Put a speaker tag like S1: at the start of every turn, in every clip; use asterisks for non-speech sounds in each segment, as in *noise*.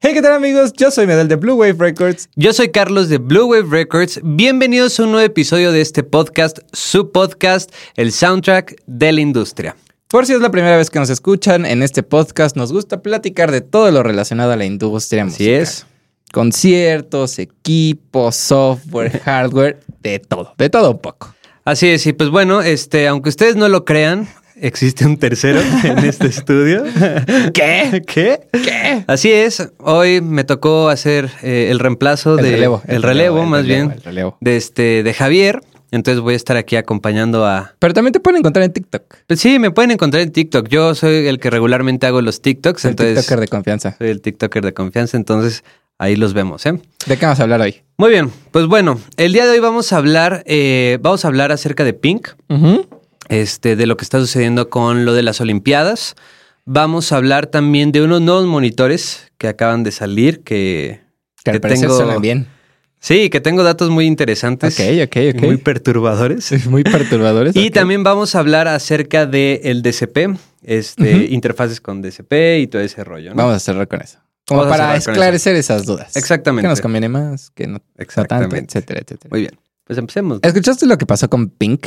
S1: Hey, ¿qué tal amigos? Yo soy Medel de Blue Wave Records.
S2: Yo soy Carlos de Blue Wave Records. Bienvenidos a un nuevo episodio de este podcast, su podcast, el soundtrack de la industria.
S1: Por si es la primera vez que nos escuchan, en este podcast nos gusta platicar de todo lo relacionado a la industria musical.
S2: Así es.
S1: Conciertos, equipos,
S2: *laughs*
S1: software, hardware, de todo, de todo un poco.
S2: Así es, y pues bueno, este, aunque ustedes no lo crean, existe un tercero *laughs* en este estudio.
S1: ¿Qué?
S2: *laughs* ¿Qué?
S1: ¿Qué?
S2: Así es, hoy me tocó hacer eh, el reemplazo
S1: El
S2: de
S1: relevo,
S2: el
S1: el
S2: relevo,
S1: relevo, el
S2: más
S1: relevo,
S2: bien
S1: el relevo.
S2: de este de Javier. Entonces voy a estar aquí acompañando a
S1: Pero también te pueden encontrar en TikTok.
S2: Pues sí, me pueden encontrar en TikTok. Yo soy el que regularmente hago los TikToks,
S1: El
S2: entonces
S1: TikToker de confianza.
S2: Soy el TikToker de confianza, entonces ahí los vemos, ¿eh?
S1: ¿De qué vamos a hablar hoy?
S2: Muy bien, pues bueno, el día de hoy vamos a hablar, eh, vamos a hablar acerca de Pink, este, de lo que está sucediendo con lo de las Olimpiadas. Vamos a hablar también de unos nuevos monitores que acaban de salir, que,
S1: Que al
S2: que
S1: parecer suenan bien.
S2: Sí, que tengo datos muy interesantes.
S1: Ok, ok, ok.
S2: y pues, *laughs* Muy
S1: *laughs*
S2: perturbadores.
S1: Muy perturbadores.
S2: Y
S1: ok.
S2: también vamos a hablar acerca del DCP, este, interfaces con DCP y todo ese rollo. ¿no?
S1: Vamos a cerrar con eso. Como
S2: Vamos a
S1: para
S2: cerrar con
S1: esclarecer esas dudas.
S2: Exactamente.
S1: ¿Qué nos conviene más? ¿Qué no, no tanto?
S2: Exactamente.
S1: Etcétera, etcétera.
S2: Muy bien. Pues empecemos.
S1: ¿Escuchaste lo que pasó con Pink?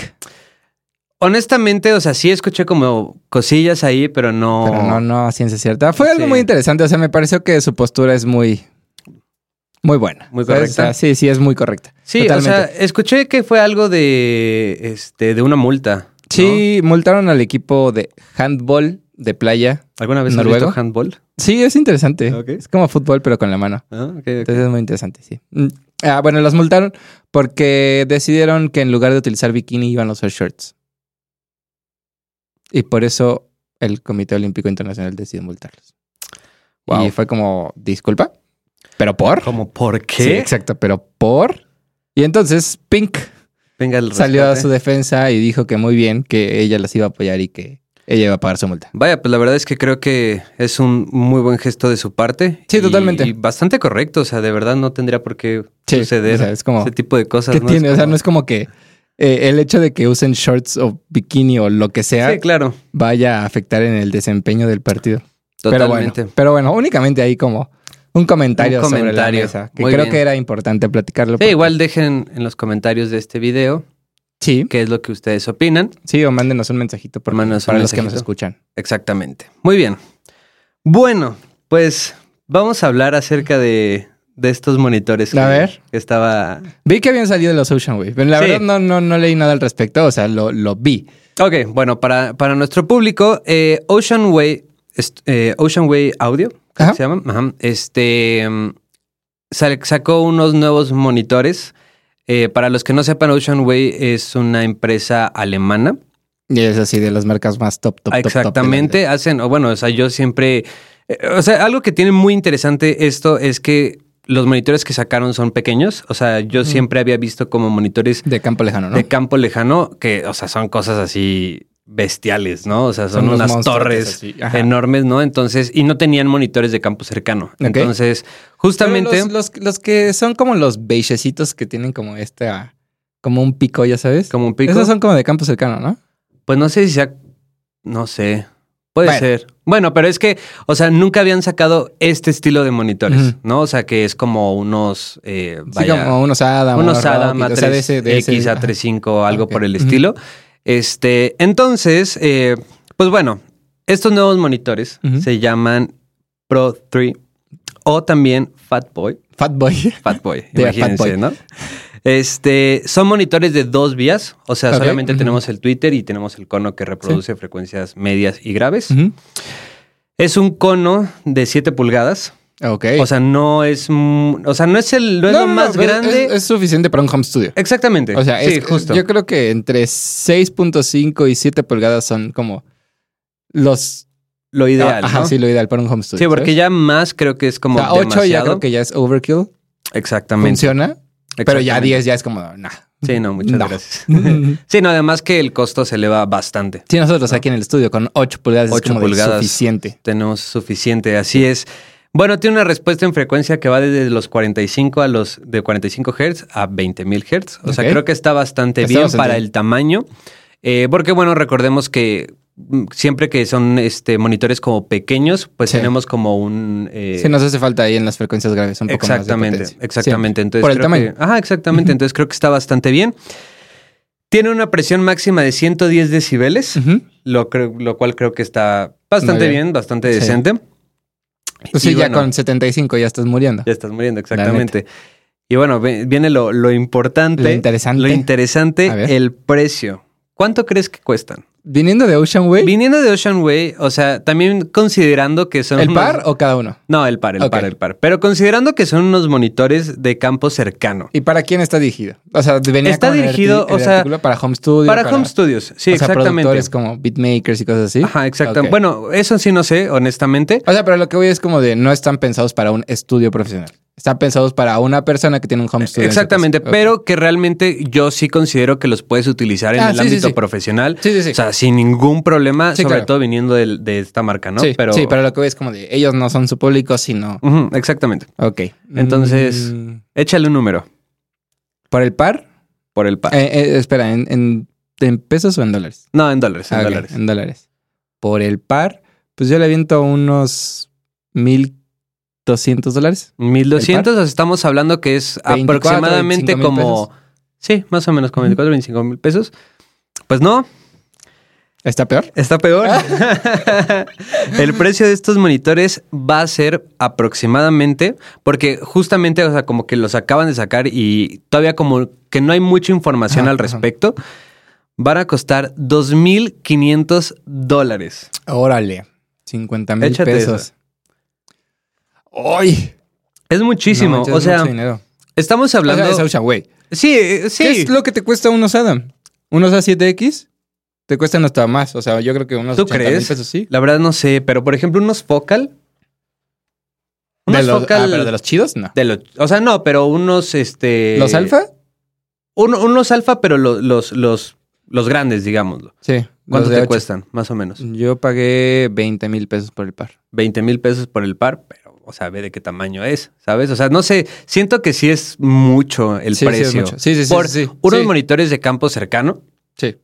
S2: Honestamente, o sea, sí escuché como cosillas ahí, pero no.
S1: Pero no, no, a ciencia cierta. Fue algo
S2: Oh. Sí.
S1: muy interesante. O sea, me pareció que su postura es muy, muy buena.
S2: Muy
S1: ¿Sabes? O sea,
S2: correcta.
S1: sí, sí, es muy correcta.
S2: Sí,
S1: Totalmente.
S2: o sea, escuché que fue algo de este, de una multa. ¿no?
S1: sí, multaron al equipo de handball de playa.
S2: ¿Alguna vez has
S1: ¿Noruego?
S2: visto handball?
S1: Sí, es interesante.
S2: Ok.
S1: Es como fútbol, pero con la mano.
S2: Ah, ok, ok.
S1: Entonces es muy interesante, sí. Mm. Ah, bueno, los multaron porque decidieron que en lugar de utilizar bikini iban a usar shorts. Y por eso el Comité Olímpico Internacional decidió multarlos.
S2: Wow.
S1: Y fue como, disculpa, pero por.
S2: ¿Cómo por
S1: Sí,
S2: qué?
S1: exacto, pero por. Y entonces Pink
S2: Venga, el
S1: salió a
S2: rescate.
S1: su defensa y dijo que muy bien, que ella las iba a apoyar y que ella iba a pagar su multa.
S2: Vaya, pues la verdad es que creo que es un muy buen gesto de su parte.
S1: Sí,
S2: Y-
S1: totalmente.
S2: Y bastante correcto. O sea, de verdad no tendría por qué
S1: Sí,
S2: suceder
S1: o sea, es como,
S2: ese tipo de cosas.
S1: ¿Qué
S2: ¿no? Es
S1: tiene? O sea,
S2: como-
S1: no es como que eh, el hecho de que usen shorts o bikini o lo que ah, sea
S2: Sí, claro.
S1: vaya a afectar en el desempeño del partido.
S2: Totalmente.
S1: Pero bueno, pero bueno, únicamente ahí como un comentario,
S2: Un
S1: sobre la
S2: comentario.
S1: mesa, que
S2: Muy
S1: creo
S2: bien.
S1: que era importante platicarlo.
S2: Sí,
S1: porque-
S2: igual dejen en los comentarios de este video
S1: Sí,
S2: qué es lo que ustedes opinan.
S1: sí, o mándenos un mensajito porque-
S2: Mándenos un
S1: para los que nos
S2: mensajito.
S1: escuchan.
S2: Exactamente. Muy bien. Bueno, pues vamos a hablar acerca de, de estos monitores que,
S1: A ver.
S2: que estaba.
S1: Vi que habían salido los Ocean Wave, pero la
S2: Sí.
S1: verdad no, no, no leí nada al respecto, o sea, lo, lo vi.
S2: Ok, bueno, para, para nuestro público, eh, Ocean Way, est- eh, Ocean Way Audio, creo
S1: Ajá.
S2: que se llama. Ajá. Este mm, sal- sacó unos nuevos monitores. Eh, para los que no sepan, Ocean Way es una empresa alemana.
S1: Y es así de las marcas más top, top, top, top. de la
S2: Exactamente, hacen, o bueno, o sea, yo siempre, eh, o sea, algo que tiene muy interesante esto es que los monitores que sacaron son pequeños, o sea, yo siempre había visto como monitores
S1: industria. De campo lejano, ¿no?
S2: de campo lejano que, o sea, son cosas así bestiales, ¿no? O sea, son,
S1: Son los
S2: unas
S1: monstruos
S2: torres
S1: así, ajá.
S2: enormes, ¿no? Entonces, y no tenían monitores de campo cercano. Entonces,
S1: Pero
S2: justamente...
S1: Los, los- los que son como los beigecitos que tienen como este, ah, como un pico, ya sabes.
S2: Como un pico.
S1: Esos son como de campo cercano, ¿no?
S2: Pues no sé si sea. No sé. Puede
S1: Bueno.
S2: ser. Bueno, pero es que, o sea, nunca habían sacado este estilo de monitores,
S1: Ujú.
S2: ¿no? O sea, que es como unos. eh,
S1: Sí,
S2: vaya,
S1: como unos Adam.
S2: unos
S1: Rocket,
S2: Adam
S1: o sea, de ese- de ese-
S2: A3X,
S1: ajá.
S2: A35, algo
S1: Ok.
S2: por el
S1: Ujú.
S2: estilo. Este. Entonces, eh, pues bueno, estos nuevos monitores
S1: Ujú.
S2: se llaman Pro 3 o también Fat Boy.
S1: Fat Boy.
S2: Fatboy,
S1: De
S2: imagínense,
S1: Fatboy.
S2: ¿no? Este, son monitores de dos vías, o sea,
S1: Ok,
S2: solamente
S1: ujú.
S2: tenemos el Twitter y tenemos el cono que reproduce frecuencias medias y
S1: *laughs*
S2: graves.
S1: Ujú.
S2: Es un cono de 7 pulgadas,
S1: Ok.
S2: o sea, no es, mm, o sea, no es el no es lo más
S1: pero
S2: grande.
S1: Es, es suficiente para un home studio.
S2: Exactamente.
S1: O sea,
S2: sí,
S1: es,
S2: justo.
S1: yo creo que entre 6.5 y 7 pulgadas son como los... ah,
S2: lo ideal,
S1: Ajá,
S2: ¿no?
S1: sí, lo ideal para un home studio.
S2: Sí, porque ya más creo que es
S1: O
S2: como
S1: sea, 8 ya
S2: demasiado.
S1: creo que ya es overkill.
S2: Exactamente.
S1: Funciona. Pero ya
S2: exactamente.
S1: 10 ya es como, nah.
S2: Sí, no, muchas
S1: No.
S2: gracias. *laughs* sí, no, además que el costo se eleva bastante.
S1: Sí, nosotros aquí en el estudio con 8 pulgadas es
S2: Ah. Ocho
S1: como de
S2: pulgadas.
S1: suficiente.
S2: tenemos suficiente. Así es. Bueno, tiene una respuesta en frecuencia que va desde los 45 a los de 45 Hz a 20.000 Hz. O sea,
S1: Ok.
S2: creo que está bastante
S1: Está
S2: bien
S1: bastante
S2: para
S1: bien.
S2: el tamaño. Eh, porque, bueno, recordemos que mm, siempre que son este, monitores como pequeños, pues
S1: Sí.
S2: tenemos como un... eh,
S1: Sí, nos hace falta ahí en las frecuencias graves un poco más de
S2: exactamente,
S1: potencia. Siempre.
S2: exactamente. Entonces,
S1: Por el
S2: creo
S1: tamaño.
S2: que- ajá, exactamente.
S1: Ujú.
S2: Entonces creo que está bastante bien. Tiene una presión máxima de 110 decibeles,
S1: Ujú.
S2: lo, creo- lo cual creo que está bastante
S1: Muy bien.
S2: bien. bastante
S1: Sí.
S2: decente.
S1: Pues sí,
S2: Y
S1: ya
S2: bueno,
S1: con 75 ya estás muriendo.
S2: Ya estás muriendo, exactamente. Y bueno, ve- viene lo, lo importante.
S1: Lo interesante.
S2: Lo interesante,
S1: A ver.
S2: el precio. ¿Cuánto crees que cuestan?
S1: Viniendo de Ocean Way,
S2: Viniendo de Ocean Way, o sea, también considerando que son...
S1: ¿el
S2: unos-
S1: par o cada uno?
S2: No, el par, el
S1: Ok.
S2: par, el par. Pero considerando que son unos monitores de campo cercano.
S1: ¿Y para quién está dirigido? O sea, venía
S2: Está
S1: como en el
S2: dirigido,
S1: arti-
S2: o
S1: el
S2: sea,
S1: artículo para home studio.
S2: para Home Studios, sí,
S1: o sea,
S2: exactamente.
S1: productores como beatmakers y cosas así.
S2: Ajá, exactamente.
S1: Ok.
S2: Bueno, eso sí no sé, honestamente.
S1: O sea, pero lo que voy es como de no están pensados para un estudio profesional. Están pensados para una persona que tiene un home studio. en su
S2: Exactamente,
S1: casa. Ok.
S2: pero que realmente yo sí considero que los puedes utilizar en
S1: Ah,
S2: el
S1: sí, sí,
S2: ámbito
S1: sí.
S2: profesional.
S1: Sí, sí, sí.
S2: O sea, sin ningún problema,
S1: Sí,
S2: sobre
S1: claro.
S2: todo viniendo del- de, esta marca, ¿no?
S1: sí, sí, pero lo que voy es como de ellos no son su público, sino.
S2: Ujú, exactamente.
S1: Ok.
S2: Entonces-
S1: Mm,
S2: Échale un número
S1: ¿Por el par?
S2: por el par.
S1: Eh, eh, espera, ¿en, en, en pesos o en dólares?
S2: no, en dólares, en
S1: Ah, ok,
S2: dólares.
S1: en dólares. Por el par, pues yo le aviento unos 1.200 dólares.
S2: 1200, o sea, estamos hablando que es
S1: 24,
S2: aproximadamente
S1: 25 mil
S2: como. Sí, más o menos como 24, 25 mil pesos. Pues no,
S1: ¿Está peor?
S2: Está peor.
S1: Ah.
S2: *laughs* el precio de estos monitores va a ser aproximadamente, porque justamente, o sea, como que los acaban de sacar y todavía como que no hay mucha información
S1: Ajá,
S2: al
S1: ajá.
S2: respecto, van a costar 2.500 dólares.
S1: Órale. 50 mil
S2: Échate
S1: pesos. ¡Ay!
S2: Es muchísimo.
S1: No manches,
S2: o
S1: es
S2: sea,
S1: mucho dinero.
S2: estamos
S1: O
S2: hablando...
S1: sea, es Ocean Way.
S2: sí, eh, sí.
S1: ¿Qué es lo que te cuesta un Osada? Un Osada 7X te cuestan hasta más. O sea, yo creo que unos
S2: ¿Tú
S1: 80
S2: crees?
S1: mil pesos, sí.
S2: La verdad no sé, pero por ejemplo unos Focal...
S1: De
S2: Unos
S1: los,
S2: Focal...
S1: ah, pero de los chidos, no.
S2: de los- o sea, no, pero unos, este...
S1: ¿Los alfa?
S2: Uno- unos alfa, pero lo- los, los, los grandes, digámoslo.
S1: Sí. los
S2: ¿Cuánto
S1: de
S2: te
S1: ocho.
S2: cuestan? Más o menos.
S1: Yo pagué 20 mil pesos por el par.
S2: 20 mil pesos por el par, pero, o sea, ve de qué tamaño es, ¿sabes? O sea, no sé, siento que sí es mucho el
S1: Sí, sí, es
S2: precio.
S1: mucho. Sí, sí, sí,
S2: Por
S1: sí, sí.
S2: unos
S1: Sí.
S2: monitores de campo cercano,
S1: Sí.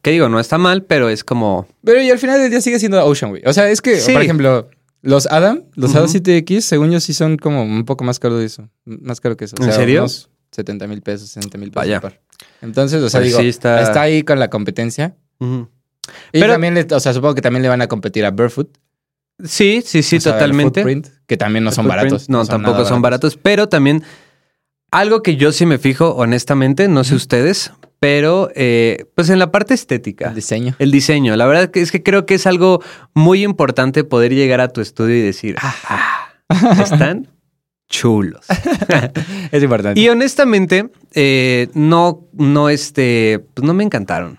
S2: que digo, no está mal, pero es como...
S1: Pero y al final del día sigue siendo Ocean Way. O sea, es que,
S2: Sí.
S1: por ejemplo, los Adam, los
S2: Ujú.
S1: Adam 7X, según yo, sí son como un poco más caro de eso. M- Más caro que eso. O
S2: ¿En
S1: sea,
S2: serio?
S1: Unos 70 mil pesos, 60 mil pesos.
S2: Vaya.
S1: por par. Entonces, o sea,
S2: Pues
S1: digo,
S2: sí, está-
S1: está... ahí con la competencia.
S2: ujú.
S1: Y
S2: Pero-
S1: también, le- o sea, supongo que también le van a competir a Barefoot.
S2: Sí, sí, sí,
S1: o sea, el
S2: totalmente.
S1: Footprint, que también no
S2: El
S1: son
S2: footprint,
S1: baratos.
S2: No, tampoco
S1: nada
S2: son baratos, pero también algo que yo sí me fijo, honestamente, no sé ustedes, pero eh, pues en la parte estética.
S1: El diseño.
S2: El diseño. La verdad que es que creo que es algo muy importante poder llegar a tu estudio y decir, "Ajá,
S1: *laughs*
S2: están chulos.
S1: Es importante.
S2: Y honestamente, eh, no, no, este, pues no me encantaron.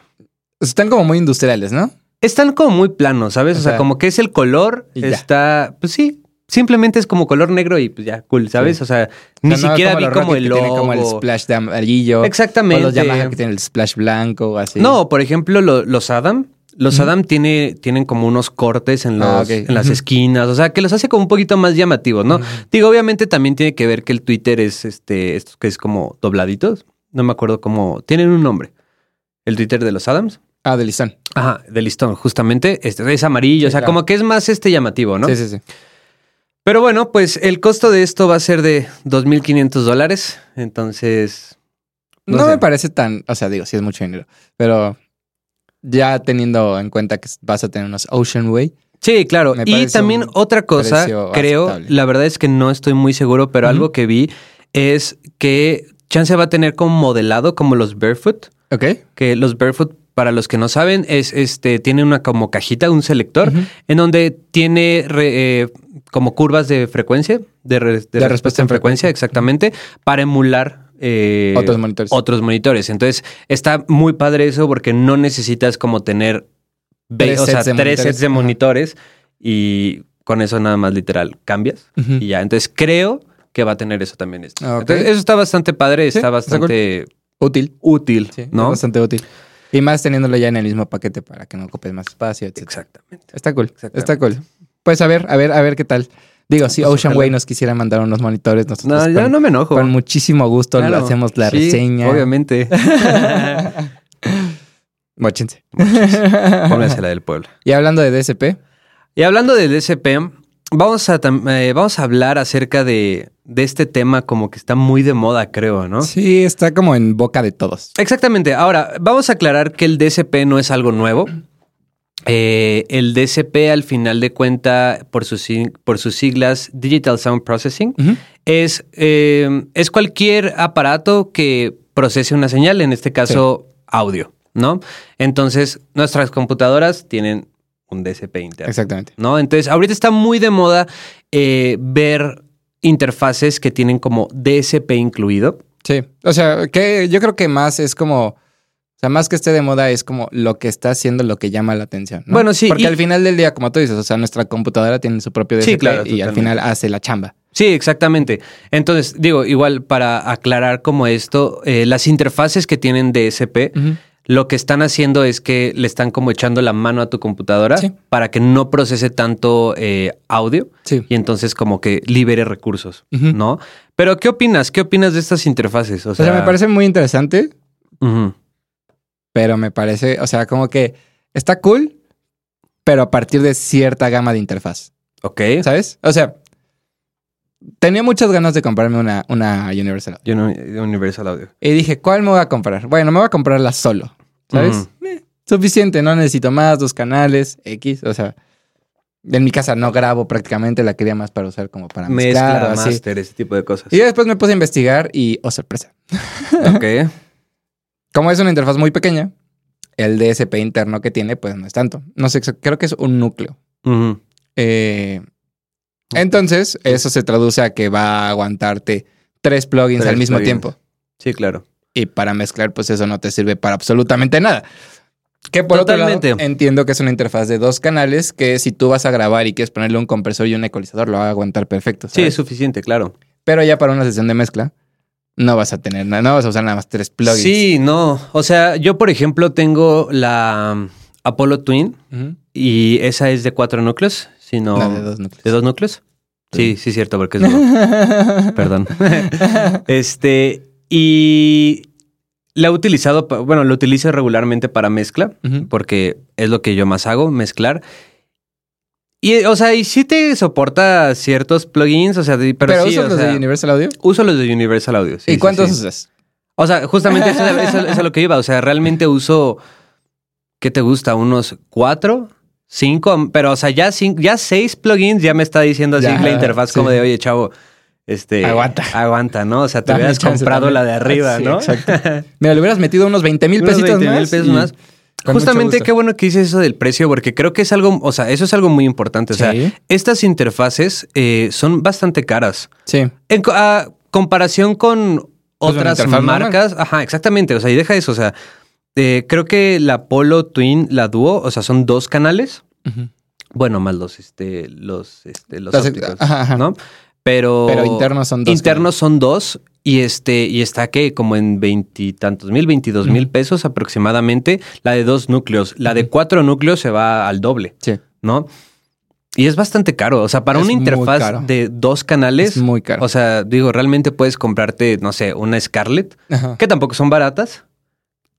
S1: Están como muy industriales, ¿no?
S2: Están como muy planos, ¿sabes? O,
S1: O
S2: sea,
S1: sea,
S2: como que es el color,
S1: y ya.
S2: está, pues sí, simplemente es como color negro y pues ya, cool, ¿sabes?
S1: Sí.
S2: O sea, ni
S1: O sea, no
S2: siquiera
S1: los
S2: vi como
S1: Rocket
S2: el
S1: que tienen
S2: logo.
S1: como el splash de amarillo.
S2: Exactamente.
S1: O los Yamaha que tienen el splash blanco o así.
S2: No, por ejemplo, lo- los Adam. Los
S1: Ujú.
S2: Adam tiene, tienen como unos cortes en, los,
S1: Ah, ok.
S2: en las
S1: Ujú.
S2: esquinas, o sea, que los hace como un poquito más llamativos, ¿no?
S1: Ujú.
S2: Digo, obviamente también tiene que ver que el Twitter es este, estos que es como dobladitos. No me acuerdo cómo. Tienen un nombre. El Twitter de los Adams.
S1: Ah, de listón.
S2: Ajá, de listón, justamente. Este, es amarillo,
S1: Sí,
S2: o sea,
S1: claro.
S2: como que es más este llamativo, ¿no?
S1: Sí, sí, sí.
S2: Pero bueno, pues el costo de esto va a ser de 2.500 dólares. Entonces.
S1: No,
S2: sé.
S1: me parece tan, o sea, digo, sí es mucho dinero, pero ya teniendo en cuenta que vas a tener unos Ocean Way,
S2: Sí, claro.
S1: Me
S2: Y
S1: parece
S2: también
S1: un
S2: otra cosa,
S1: precio
S2: creo,
S1: aceptable.
S2: la verdad es que no estoy muy seguro, pero
S1: Ujú.
S2: algo que vi es que Chance va a tener como modelado como los Barefoot,
S1: ¿ok?
S2: que los Barefoot, para los que no saben, es este, tiene una como cajita, un selector,
S1: Ujú.
S2: en donde tiene re- eh, como curvas de frecuencia, de, re- de respuesta, en frecuencia, exactamente, para emular. eh,
S1: Otros monitores.
S2: otros monitores. Entonces, está muy padre eso porque no necesitas como tener ve-
S1: Tres
S2: o sea,
S1: sets de
S2: tres sets
S1: monitores.
S2: de
S1: Ajá.
S2: monitores y con eso nada más literal cambias
S1: Ujú.
S2: y ya. Entonces, creo que va a tener eso también esto.
S1: Ah, ok.
S2: Entonces, eso está bastante padre,
S1: Sí,
S2: está
S1: está
S2: bastante
S1: Útil,
S2: útil,
S1: sí, es
S2: ¿no?
S1: bastante útil. Y más teniéndolo ya en el mismo paquete para que no ocupes más espacio, etc.
S2: Exactamente.
S1: Está cool,
S2: Exactamente.
S1: está cool. Pues a ver, a ver, a ver qué tal. Digo, si
S2: Pues,
S1: Ocean
S2: ojalá.
S1: Way nos quisiera mandar unos monitores, nosotros
S2: No, ya
S1: con,
S2: no me enojo.
S1: con muchísimo gusto le *laughs*
S2: Claro.
S1: hacemos la
S2: Sí,
S1: reseña.
S2: Obviamente.
S1: Mochense.
S2: Pónganse la del pueblo.
S1: y hablando de DSP,
S2: Y hablando del DCP, vamos a, tam- eh, vamos a hablar acerca de, de este tema como que está muy de moda, creo, ¿no?
S1: sí está como en boca de todos.
S2: Exactamente. Ahora, vamos a aclarar que el DCP no es algo nuevo. Eh, el DCP, al final de cuenta, por sus, sig- por sus siglas Digital Sound Processing,
S1: Ujú.
S2: es, eh, es cualquier aparato que procese una señal, en este caso audio, ¿no? Entonces, nuestras computadoras tienen un DCP interno.
S1: Exactamente.
S2: ¿no? Entonces, ahorita está muy de moda eh, ver interfaces que tienen como DSP incluido.
S1: Sí. O sea, que yo creo que más es como. O sea, más que esté de moda es como lo que está haciendo lo que llama la atención. ¿no?
S2: Bueno, sí,
S1: Porque
S2: y-
S1: al final del día, como tú dices, o sea, nuestra computadora tiene su propio DSP
S2: Sí,
S1: y
S2: claro,
S1: al
S2: totalmente.
S1: final hace la chamba.
S2: Sí, exactamente. Entonces, digo, igual para aclarar como esto, eh, las interfaces que tienen DSP, lo que están haciendo es que le están como echando la mano a tu computadora
S1: Sí.
S2: para que no procese tanto eh, audio
S1: Sí.
S2: y entonces como que libere recursos,
S1: Ujú.
S2: ¿no? Pero, ¿qué opinas? ¿Qué opinas de estas interfaces? O
S1: O sea, me parece muy interesante,
S2: Ujú.
S1: pero me parece, o sea, como que está cool, pero a partir de cierta gama de interfaz.
S2: Ok.
S1: ¿Sabes? O sea, tenía muchas ganas de comprarme una, una Universal Audio.
S2: Yo no- Universal Audio.
S1: Y dije, ¿cuál me voy a comprar? Bueno, me voy a comprar la solo. ¿Sabes? Eh, suficiente, no necesito más, dos canales, X. O sea, en mi casa no grabo prácticamente, la quería más para usar como para mezclar
S2: mezcla,
S1: o Ah, así.
S2: master, ese tipo de
S1: *laughs*
S2: cosas.
S1: Y ya después me puse a investigar y, oh sorpresa,
S2: Ok.
S1: como es una interfaz muy pequeña, el DSP interno que tiene, pues no es tanto. No sé, creo que es un núcleo.
S2: Ujú.
S1: Eh, entonces, eso se traduce a que va a aguantarte tres plugins
S2: Tres
S1: al mismo
S2: plugins.
S1: tiempo.
S2: Sí, claro.
S1: Y para mezclar, pues eso no te sirve para absolutamente nada. Que por
S2: Totalmente.
S1: otro lado, entiendo que es una interfaz de dos canales que si tú vas a grabar y quieres ponerle un compresor y un ecualizador, lo va a aguantar perfecto.
S2: Sí,
S1: ¿sabes?
S2: es suficiente, claro.
S1: Pero ya para una sesión de mezcla, no vas a tener nada, no vas a usar nada más tres plugins.
S2: Sí, no. O sea, yo, por ejemplo, tengo la um, Apollo Twin
S1: Ujú.
S2: y esa es de cuatro núcleos, sino
S1: No, de dos núcleos.
S2: ¿De dos núcleos?
S1: Sí.
S2: Sí, sí, es cierto, porque
S1: *laughs*
S2: es duro. Perdón. este, y la he utilizado, pa- bueno, lo utilizo regularmente para mezcla,
S1: Ujú.
S2: porque es lo que yo más hago, mezclar. Y, eh, o sea, y sí te soporta ciertos plugins, o sea, de- pero,
S1: ¿Pero,
S2: sí,
S1: usas
S2: o
S1: los
S2: sea,
S1: de Universal Audio?
S2: uso los de Universal Audio. sí,
S1: ¿Y
S2: sí,
S1: cuántos
S2: sí.
S1: usas?
S2: O sea, justamente eso, eso- eso es lo que iba. O sea, realmente uso, ¿qué te gusta? ¿Unos cuatro? ¿Cinco? Pero, o sea, ya, cin- ya seis plugins ya me está diciendo así
S1: Ya,
S2: la interfaz
S1: sí.
S2: como de, oye, chavo, este...
S1: Aguanta.
S2: Aguanta, ¿no? O sea, te
S1: Dame
S2: hubieras
S1: chance
S2: comprado
S1: también. Ah,
S2: la de arriba,
S1: Sí,
S2: ¿no? *laughs*
S1: Exacto. Mira, le hubieras metido unos 20 mil
S2: Unos
S1: pesitos
S2: 20,000
S1: más.
S2: pesos
S1: y-
S2: más.
S1: con mucho
S2: Justamente
S1: gusto.
S2: qué bueno que dices eso del precio, porque creo que es algo, o sea, eso es algo muy importante. O sea,
S1: Sí.
S2: estas interfaces eh, son bastante caras.
S1: Sí.
S2: En co- a comparación con
S1: una
S2: otras
S1: Pues interfaz normal.
S2: marcas, ajá, exactamente. O sea, y deja eso. O sea, eh, creo que la Polo Twin, la Duo, o sea, son dos canales.
S1: Ujú.
S2: Bueno, más los, este, los, este, los,
S1: Los-
S2: ópticos,
S1: ajá, ajá.
S2: ¿no? Pero,
S1: Pero internos son dos
S2: Internos son dos. Y este, y está que como en veintitantos mil, veintidós mil
S1: Ujú.
S2: pesos aproximadamente, la de dos núcleos. La de cuatro núcleos se va al doble,
S1: Sí.
S2: ¿no? Y es bastante caro. O sea, para
S1: Es
S2: una
S1: muy caro.
S2: interfaz de dos canales,
S1: Es muy caro.
S2: o sea, digo, realmente puedes comprarte, no sé, una Scarlett,
S1: Ajá.
S2: que tampoco son baratas,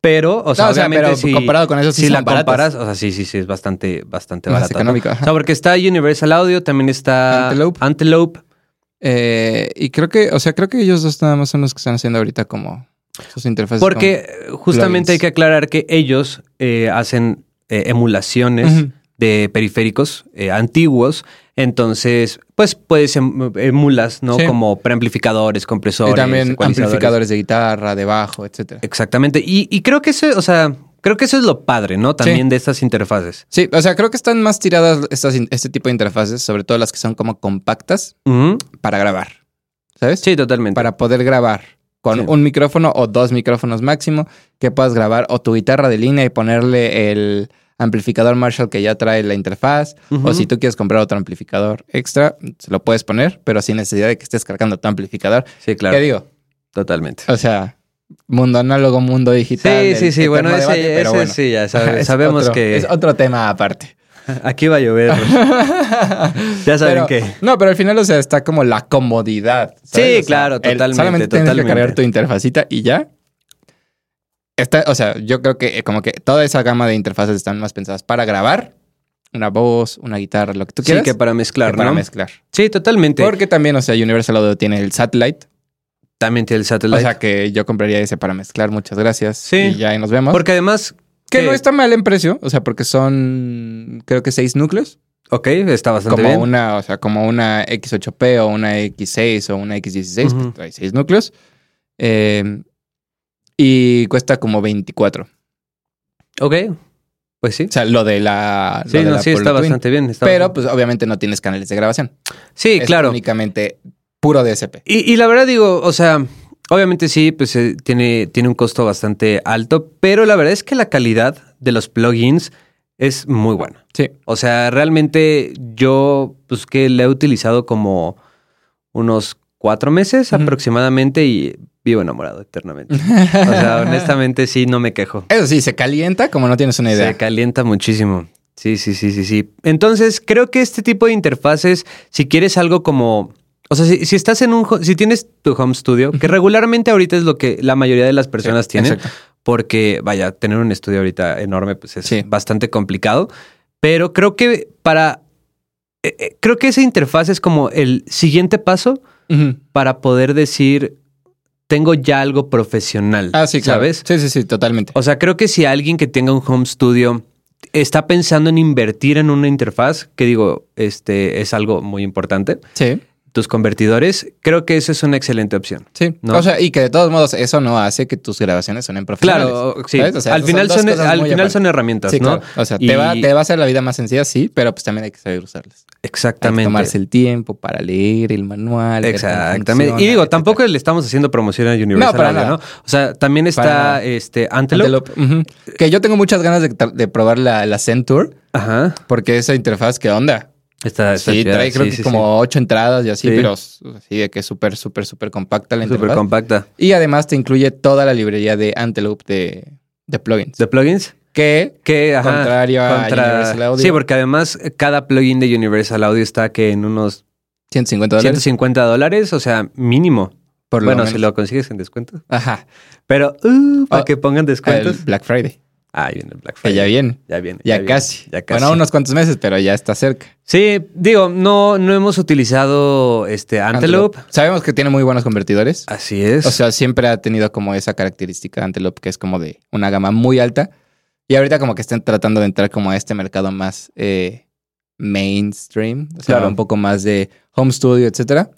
S2: pero, o sea,
S1: No, o sea,
S2: obviamente
S1: pero
S2: si,
S1: comparado con eso sí
S2: si
S1: son
S2: la
S1: baratas.
S2: comparas, o sea, sí, sí, sí, es bastante, bastante
S1: Más
S2: barata. ¿no?
S1: económica, ajá.
S2: O sea, porque está Universal Audio, también está
S1: Antelope.
S2: Antelope.
S1: Eh, y creo que, o sea, creo que ellos dos nada más son los que están haciendo ahorita como sus interfaces.
S2: Porque eh, justamente
S1: plugins.
S2: hay que aclarar que ellos eh, hacen eh, emulaciones
S1: Ujú.
S2: de periféricos eh, antiguos. Entonces, pues puedes em- emulas, ¿no?
S1: Sí.
S2: Como preamplificadores, compresores,
S1: como- y también
S2: ecualizadores.
S1: amplificadores de guitarra, de bajo, etcétera.
S2: Exactamente. Y, y creo que eso, o sea, creo que eso es lo padre, ¿no? También de estas interfaces.
S1: Sí, o sea, creo que están más tiradas estas, in- este tipo de interfaces, sobre todo las que son como compactas
S2: Ujú.
S1: para grabar. ¿Sabes?
S2: Sí, totalmente.
S1: Para poder grabar con
S2: Sí.
S1: un micrófono o dos micrófonos máximo, que puedas grabar o tu guitarra de línea y ponerle el amplificador Marshall que ya trae la interfaz.
S2: Ujú.
S1: O si tú quieres comprar otro amplificador extra, se lo puedes poner, pero sin necesidad de que estés cargando tu amplificador.
S2: Sí, claro.
S1: ¿Qué digo?
S2: Totalmente.
S1: O sea, mundo análogo, mundo digital.
S2: Sí,
S1: el
S2: sí, sí.
S1: eterno
S2: Bueno, ese,
S1: debate, pero
S2: ese
S1: bueno.
S2: sí, ya
S1: Ajá, *laughs*
S2: sabe-
S1: es
S2: sabemos
S1: otro-
S2: que
S1: Es otro tema aparte.
S2: *laughs* aquí va
S1: *laughs*
S2: a llover. ya saben
S1: Pero-
S2: que...
S1: No, pero al final, o sea, está como la comodidad. O
S2: Sí,
S1: sea,
S2: claro, totalmente,
S1: solamente tienes que
S2: totalmente.
S1: cargar tu interfacita y ya. Está, o sea, yo creo que eh, como que toda esa gama de interfaces están más pensadas para grabar, una voz, una guitarra, lo que tú
S2: Sí,
S1: quieras,
S2: que para mezclar,
S1: que para
S2: ¿no?
S1: mezclar.
S2: sí, totalmente.
S1: Porque también, o sea, Universal Audio tiene el satellite,
S2: También tiene el
S1: o
S2: satellite.
S1: sea que yo compraría ese para mezclar, muchas gracias.
S2: Sí.
S1: Y ya ahí nos vemos.
S2: Porque además...
S1: que
S2: eh,
S1: no está mal en precio, o sea, porque son, creo que seis núcleos,
S2: Ok, está bastante
S1: como
S2: bien.
S1: una, o sea, como una X8P o una X6 o una X16, pues
S2: Ujú.
S1: trae seis núcleos. Eh, y cuesta como 24.
S2: Ok, pues sí.
S1: O sea, lo de la. lo
S2: Sí,
S1: de
S2: no,
S1: la
S2: sí, está
S1: Apollo Twin.
S2: bastante bien. está
S1: Pero,
S2: bastante-
S1: pues, obviamente no tienes canales de grabación.
S2: sí,
S1: Es
S2: claro.
S1: Únicamente puro DSP.
S2: Y, y la verdad digo, o sea, obviamente sí, pues eh, tiene, tiene un costo bastante alto, pero la verdad es que la calidad de los plugins es muy buena.
S1: Sí.
S2: O sea, realmente yo, pues que le he utilizado como unos cuatro meses
S1: Ujú.
S2: aproximadamente y vivo enamorado eternamente. O sea, honestamente sí, no me quejo.
S1: Eso sí, se calienta como no tienes una idea.
S2: Se calienta muchísimo. Sí, sí, sí, sí, sí. Entonces, creo que este tipo de interfaces, si quieres algo como. O sea, si, si estás en un. ho- Si tienes tu home studio, que regularmente ahorita es lo que la mayoría de las personas
S1: Sí,
S2: tienen,
S1: exacto.
S2: porque, vaya, tener un estudio ahorita enorme, pues es
S1: Sí.
S2: bastante complicado. Pero creo que para. eh, eh, creo que esa interfaz es como el siguiente paso
S1: Ujú.
S2: para poder decir. Tengo ya algo profesional.
S1: Ah, sí, claro.
S2: ¿Sabes?
S1: Sí, sí, sí, totalmente.
S2: O sea, creo que si alguien que tenga un home studio está pensando en invertir en una interfaz, que digo, este es algo muy importante,
S1: Sí,
S2: tus convertidores, creo que eso es una excelente opción.
S1: sí.
S2: No.
S1: O sea, y que de todos modos, eso no hace que tus grabaciones sonen profesionales.
S2: Claro, sí.
S1: ¿Sabes? O sea,
S2: al
S1: esas
S2: final
S1: dos
S2: son,
S1: cosas
S2: al
S1: muy
S2: final
S1: aparte.
S2: son herramientas,
S1: Sí,
S2: ¿no?
S1: claro. O sea, te,
S2: Y-
S1: va, te va a hacer la vida más sencilla, sí, pero pues también hay que saber usarlas. Hay que
S2: Exactamente.
S1: tomarse el tiempo para leer el manual. ver cómo
S2: Exactamente.
S1: funciona,
S2: Y digo,
S1: etcétera.
S2: tampoco le estamos haciendo promoción a Universal,
S1: para
S2: Audio,
S1: nada.
S2: ¿no? O sea, también está
S1: nada.
S2: este Antelope.
S1: Antelope. Ujú. Que yo tengo muchas ganas de, tra- de probar la, la Centur,
S2: Ajá.
S1: porque esa interfaz, ¿qué onda?
S2: Está, Ah, está
S1: sí,
S2: chida,
S1: trae creo
S2: sí,
S1: que
S2: sí,
S1: como ocho entradas y así,
S2: Sí.
S1: pero s- así de que es súper, súper, súper compacta la
S2: sí. súper
S1: interfaz.
S2: compacta.
S1: y además te incluye toda la librería de Antelope de, de plugins.
S2: ¿De plugins?
S1: que
S2: Que, ajá,
S1: Contrario a Universal Audio.
S2: Sí, porque además eh, cada plugin de Universal Audio está que en unos
S1: 150 dólares
S2: 150 dólares, o sea, mínimo.
S1: por lo
S2: bueno,
S1: menos.
S2: si lo consigues en descuento.
S1: Ajá.
S2: Pero, uh, para
S1: Ah,
S2: que pongan descuentos.
S1: El Black Friday.
S2: Ah, viene el Black
S1: Que
S2: Friday.
S1: ya viene.
S2: Ya viene.
S1: Ya,
S2: viene,
S1: casi.
S2: ya casi.
S1: Bueno, unos cuantos meses, pero ya está cerca.
S2: Sí, digo, no, no hemos utilizado este Antelope.
S1: Sabemos que tiene muy buenos convertidores.
S2: Así es.
S1: O sea, siempre ha tenido como esa característica de Antelope, que es como de una gama muy alta. Y ahorita como que están tratando de entrar como a este mercado más eh, mainstream. O sea,
S2: Claro.
S1: un poco más de home studio, etcétera.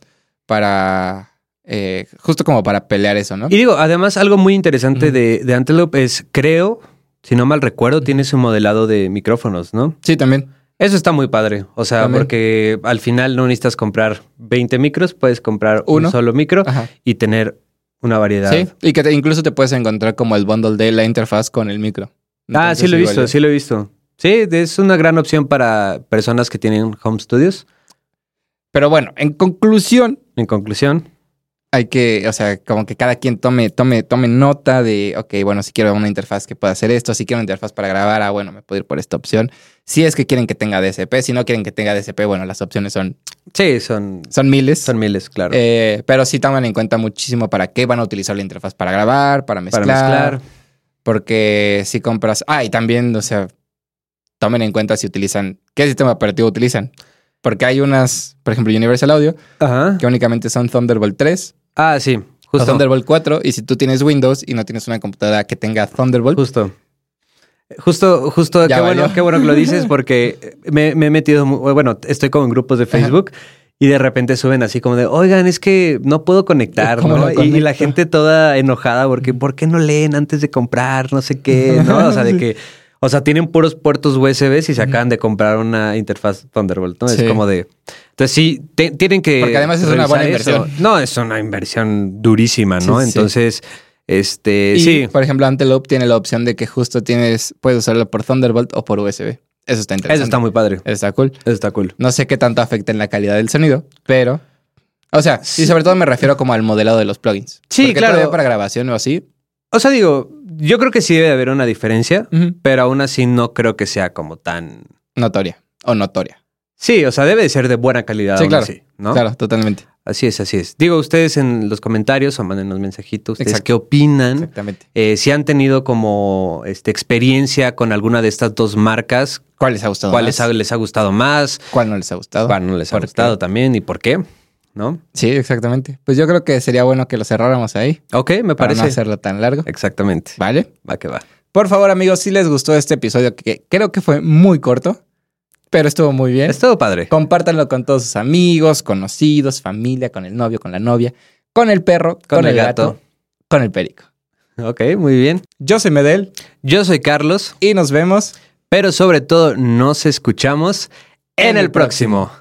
S1: Para... eh, justo como para pelear eso, ¿no?
S2: y digo, además, algo muy interesante
S1: Ujú.
S2: de, de Antelope es, creo, si no mal recuerdo, tiene su modelado de micrófonos, ¿no?
S1: Sí, también.
S2: Eso está muy padre. O sea,
S1: También.
S2: porque al final no necesitas comprar 20 micros, puedes comprar
S1: Uno.
S2: un solo micro
S1: Ajá.
S2: y tener una variedad.
S1: Sí. Y que te- incluso te puedes encontrar como el bundle de la interfaz con el micro.
S2: ah, sí
S1: Entonces,
S2: lo he
S1: igual
S2: visto,
S1: es-
S2: sí lo he visto. Sí, es una gran opción para personas que tienen home studios.
S1: Pero bueno, en conclusión,
S2: En conclusión,
S1: hay que, o sea, como que cada quien tome, tome, tome nota de, ok, bueno, si quiero una interfaz que pueda hacer esto, si quiero una interfaz para grabar, ah, bueno, me puedo ir por esta opción. Si es que quieren que tenga DSP, si no quieren que tenga DSP, bueno, las opciones son,
S2: sí, son,
S1: son miles.
S2: son miles, claro.
S1: Eh, pero sí toman en cuenta muchísimo para qué van a utilizar la interfaz para grabar, para mezclar,
S2: para mezclar.
S1: Porque si compras. Ah, y también, o sea, tomen en cuenta si utilizan. ¿Qué sistema operativo utilizan? Porque hay unas, por ejemplo, Universal Audio,
S2: Ajá.
S1: que únicamente son Thunderbolt 3.
S2: Ah, sí,
S1: o
S2: justo.
S1: Thunderbolt 4 y si tú tienes Windows y no tienes una computadora que tenga Thunderbolt,
S2: Justo. Justo, justo,
S1: Ya
S2: qué bueno,
S1: valió.
S2: qué bueno que
S1: *laughs*
S2: lo dices porque me, me he metido, mu- eh, bueno, estoy con grupos de Facebook y de repente suben así como de, oigan, es que no puedo conectar,
S1: ¿Cómo
S2: ¿no?
S1: lo
S2: Y- Y, la
S1: conecto?
S2: gente toda enojada porque, ¿por qué no leen antes de comprar? No sé
S1: *laughs*
S2: qué, ¿no? O sea, de que, o sea, tienen puros puertos USB y se acaban de comprar una interfaz Thunderbolt, ¿no?
S1: Sí.
S2: Es como de... Entonces sí, te- tienen que...
S1: Porque además es una buena
S2: revisar eso.
S1: inversión.
S2: No, es una inversión durísima, ¿no?
S1: Sí, sí.
S2: Entonces, este...
S1: y,
S2: sí.
S1: por ejemplo, Antelope tiene la opción de que justo tienes puedes usarlo por Thunderbolt o por USB. Eso está interesante.
S2: Eso está muy padre.
S1: Eso está cool.
S2: Eso está cool.
S1: No sé qué tanto afecta en la calidad del sonido, pero o sea, y sobre todo me refiero como al modelado de los plugins.
S2: Sí,
S1: Porque
S2: claro.
S1: todavía para grabación o así.
S2: O sea, digo, yo creo que sí debe haber una diferencia, pero aún así no creo que sea como tan.
S1: Notoria o notoria.
S2: Sí, o sea, debe de ser de buena calidad.
S1: Sí,
S2: aún
S1: claro.
S2: así, ¿no?
S1: Claro, totalmente.
S2: Así es, así es. Digo, ustedes en los comentarios o manden los mensajitos, ustedes
S1: Exacto.
S2: qué opinan,
S1: Exactamente.
S2: Eh, si han tenido como este, experiencia con alguna de estas dos marcas,
S1: ¿Cuál les ha gustado
S2: cuál
S1: más?
S2: les ha, les ha gustado más,
S1: ¿Cuál no les ha gustado?
S2: cuál no les ha
S1: ¿Por qué?
S2: gustado también y por qué, ¿no?
S1: Sí, exactamente. Pues yo creo que sería bueno que lo cerráramos ahí.
S2: Ok, me
S1: Para
S2: parece.
S1: no hacerlo tan largo.
S2: Exactamente.
S1: Vale.
S2: Va que va.
S1: Por favor, amigos, si les gustó este episodio, que creo que fue muy corto, pero estuvo muy bien.
S2: Ha estado padre.
S1: Compártanlo con todos sus amigos, conocidos, familia, con el novio, con la novia, con el perro, con, el gato, con el perico.
S2: Ok, muy bien.
S1: Yo soy Medel
S2: Yo soy Carlos,
S1: y nos vemos.
S2: pero sobre todo nos escuchamos en,
S1: En
S2: el
S1: el próximo.
S2: próximo.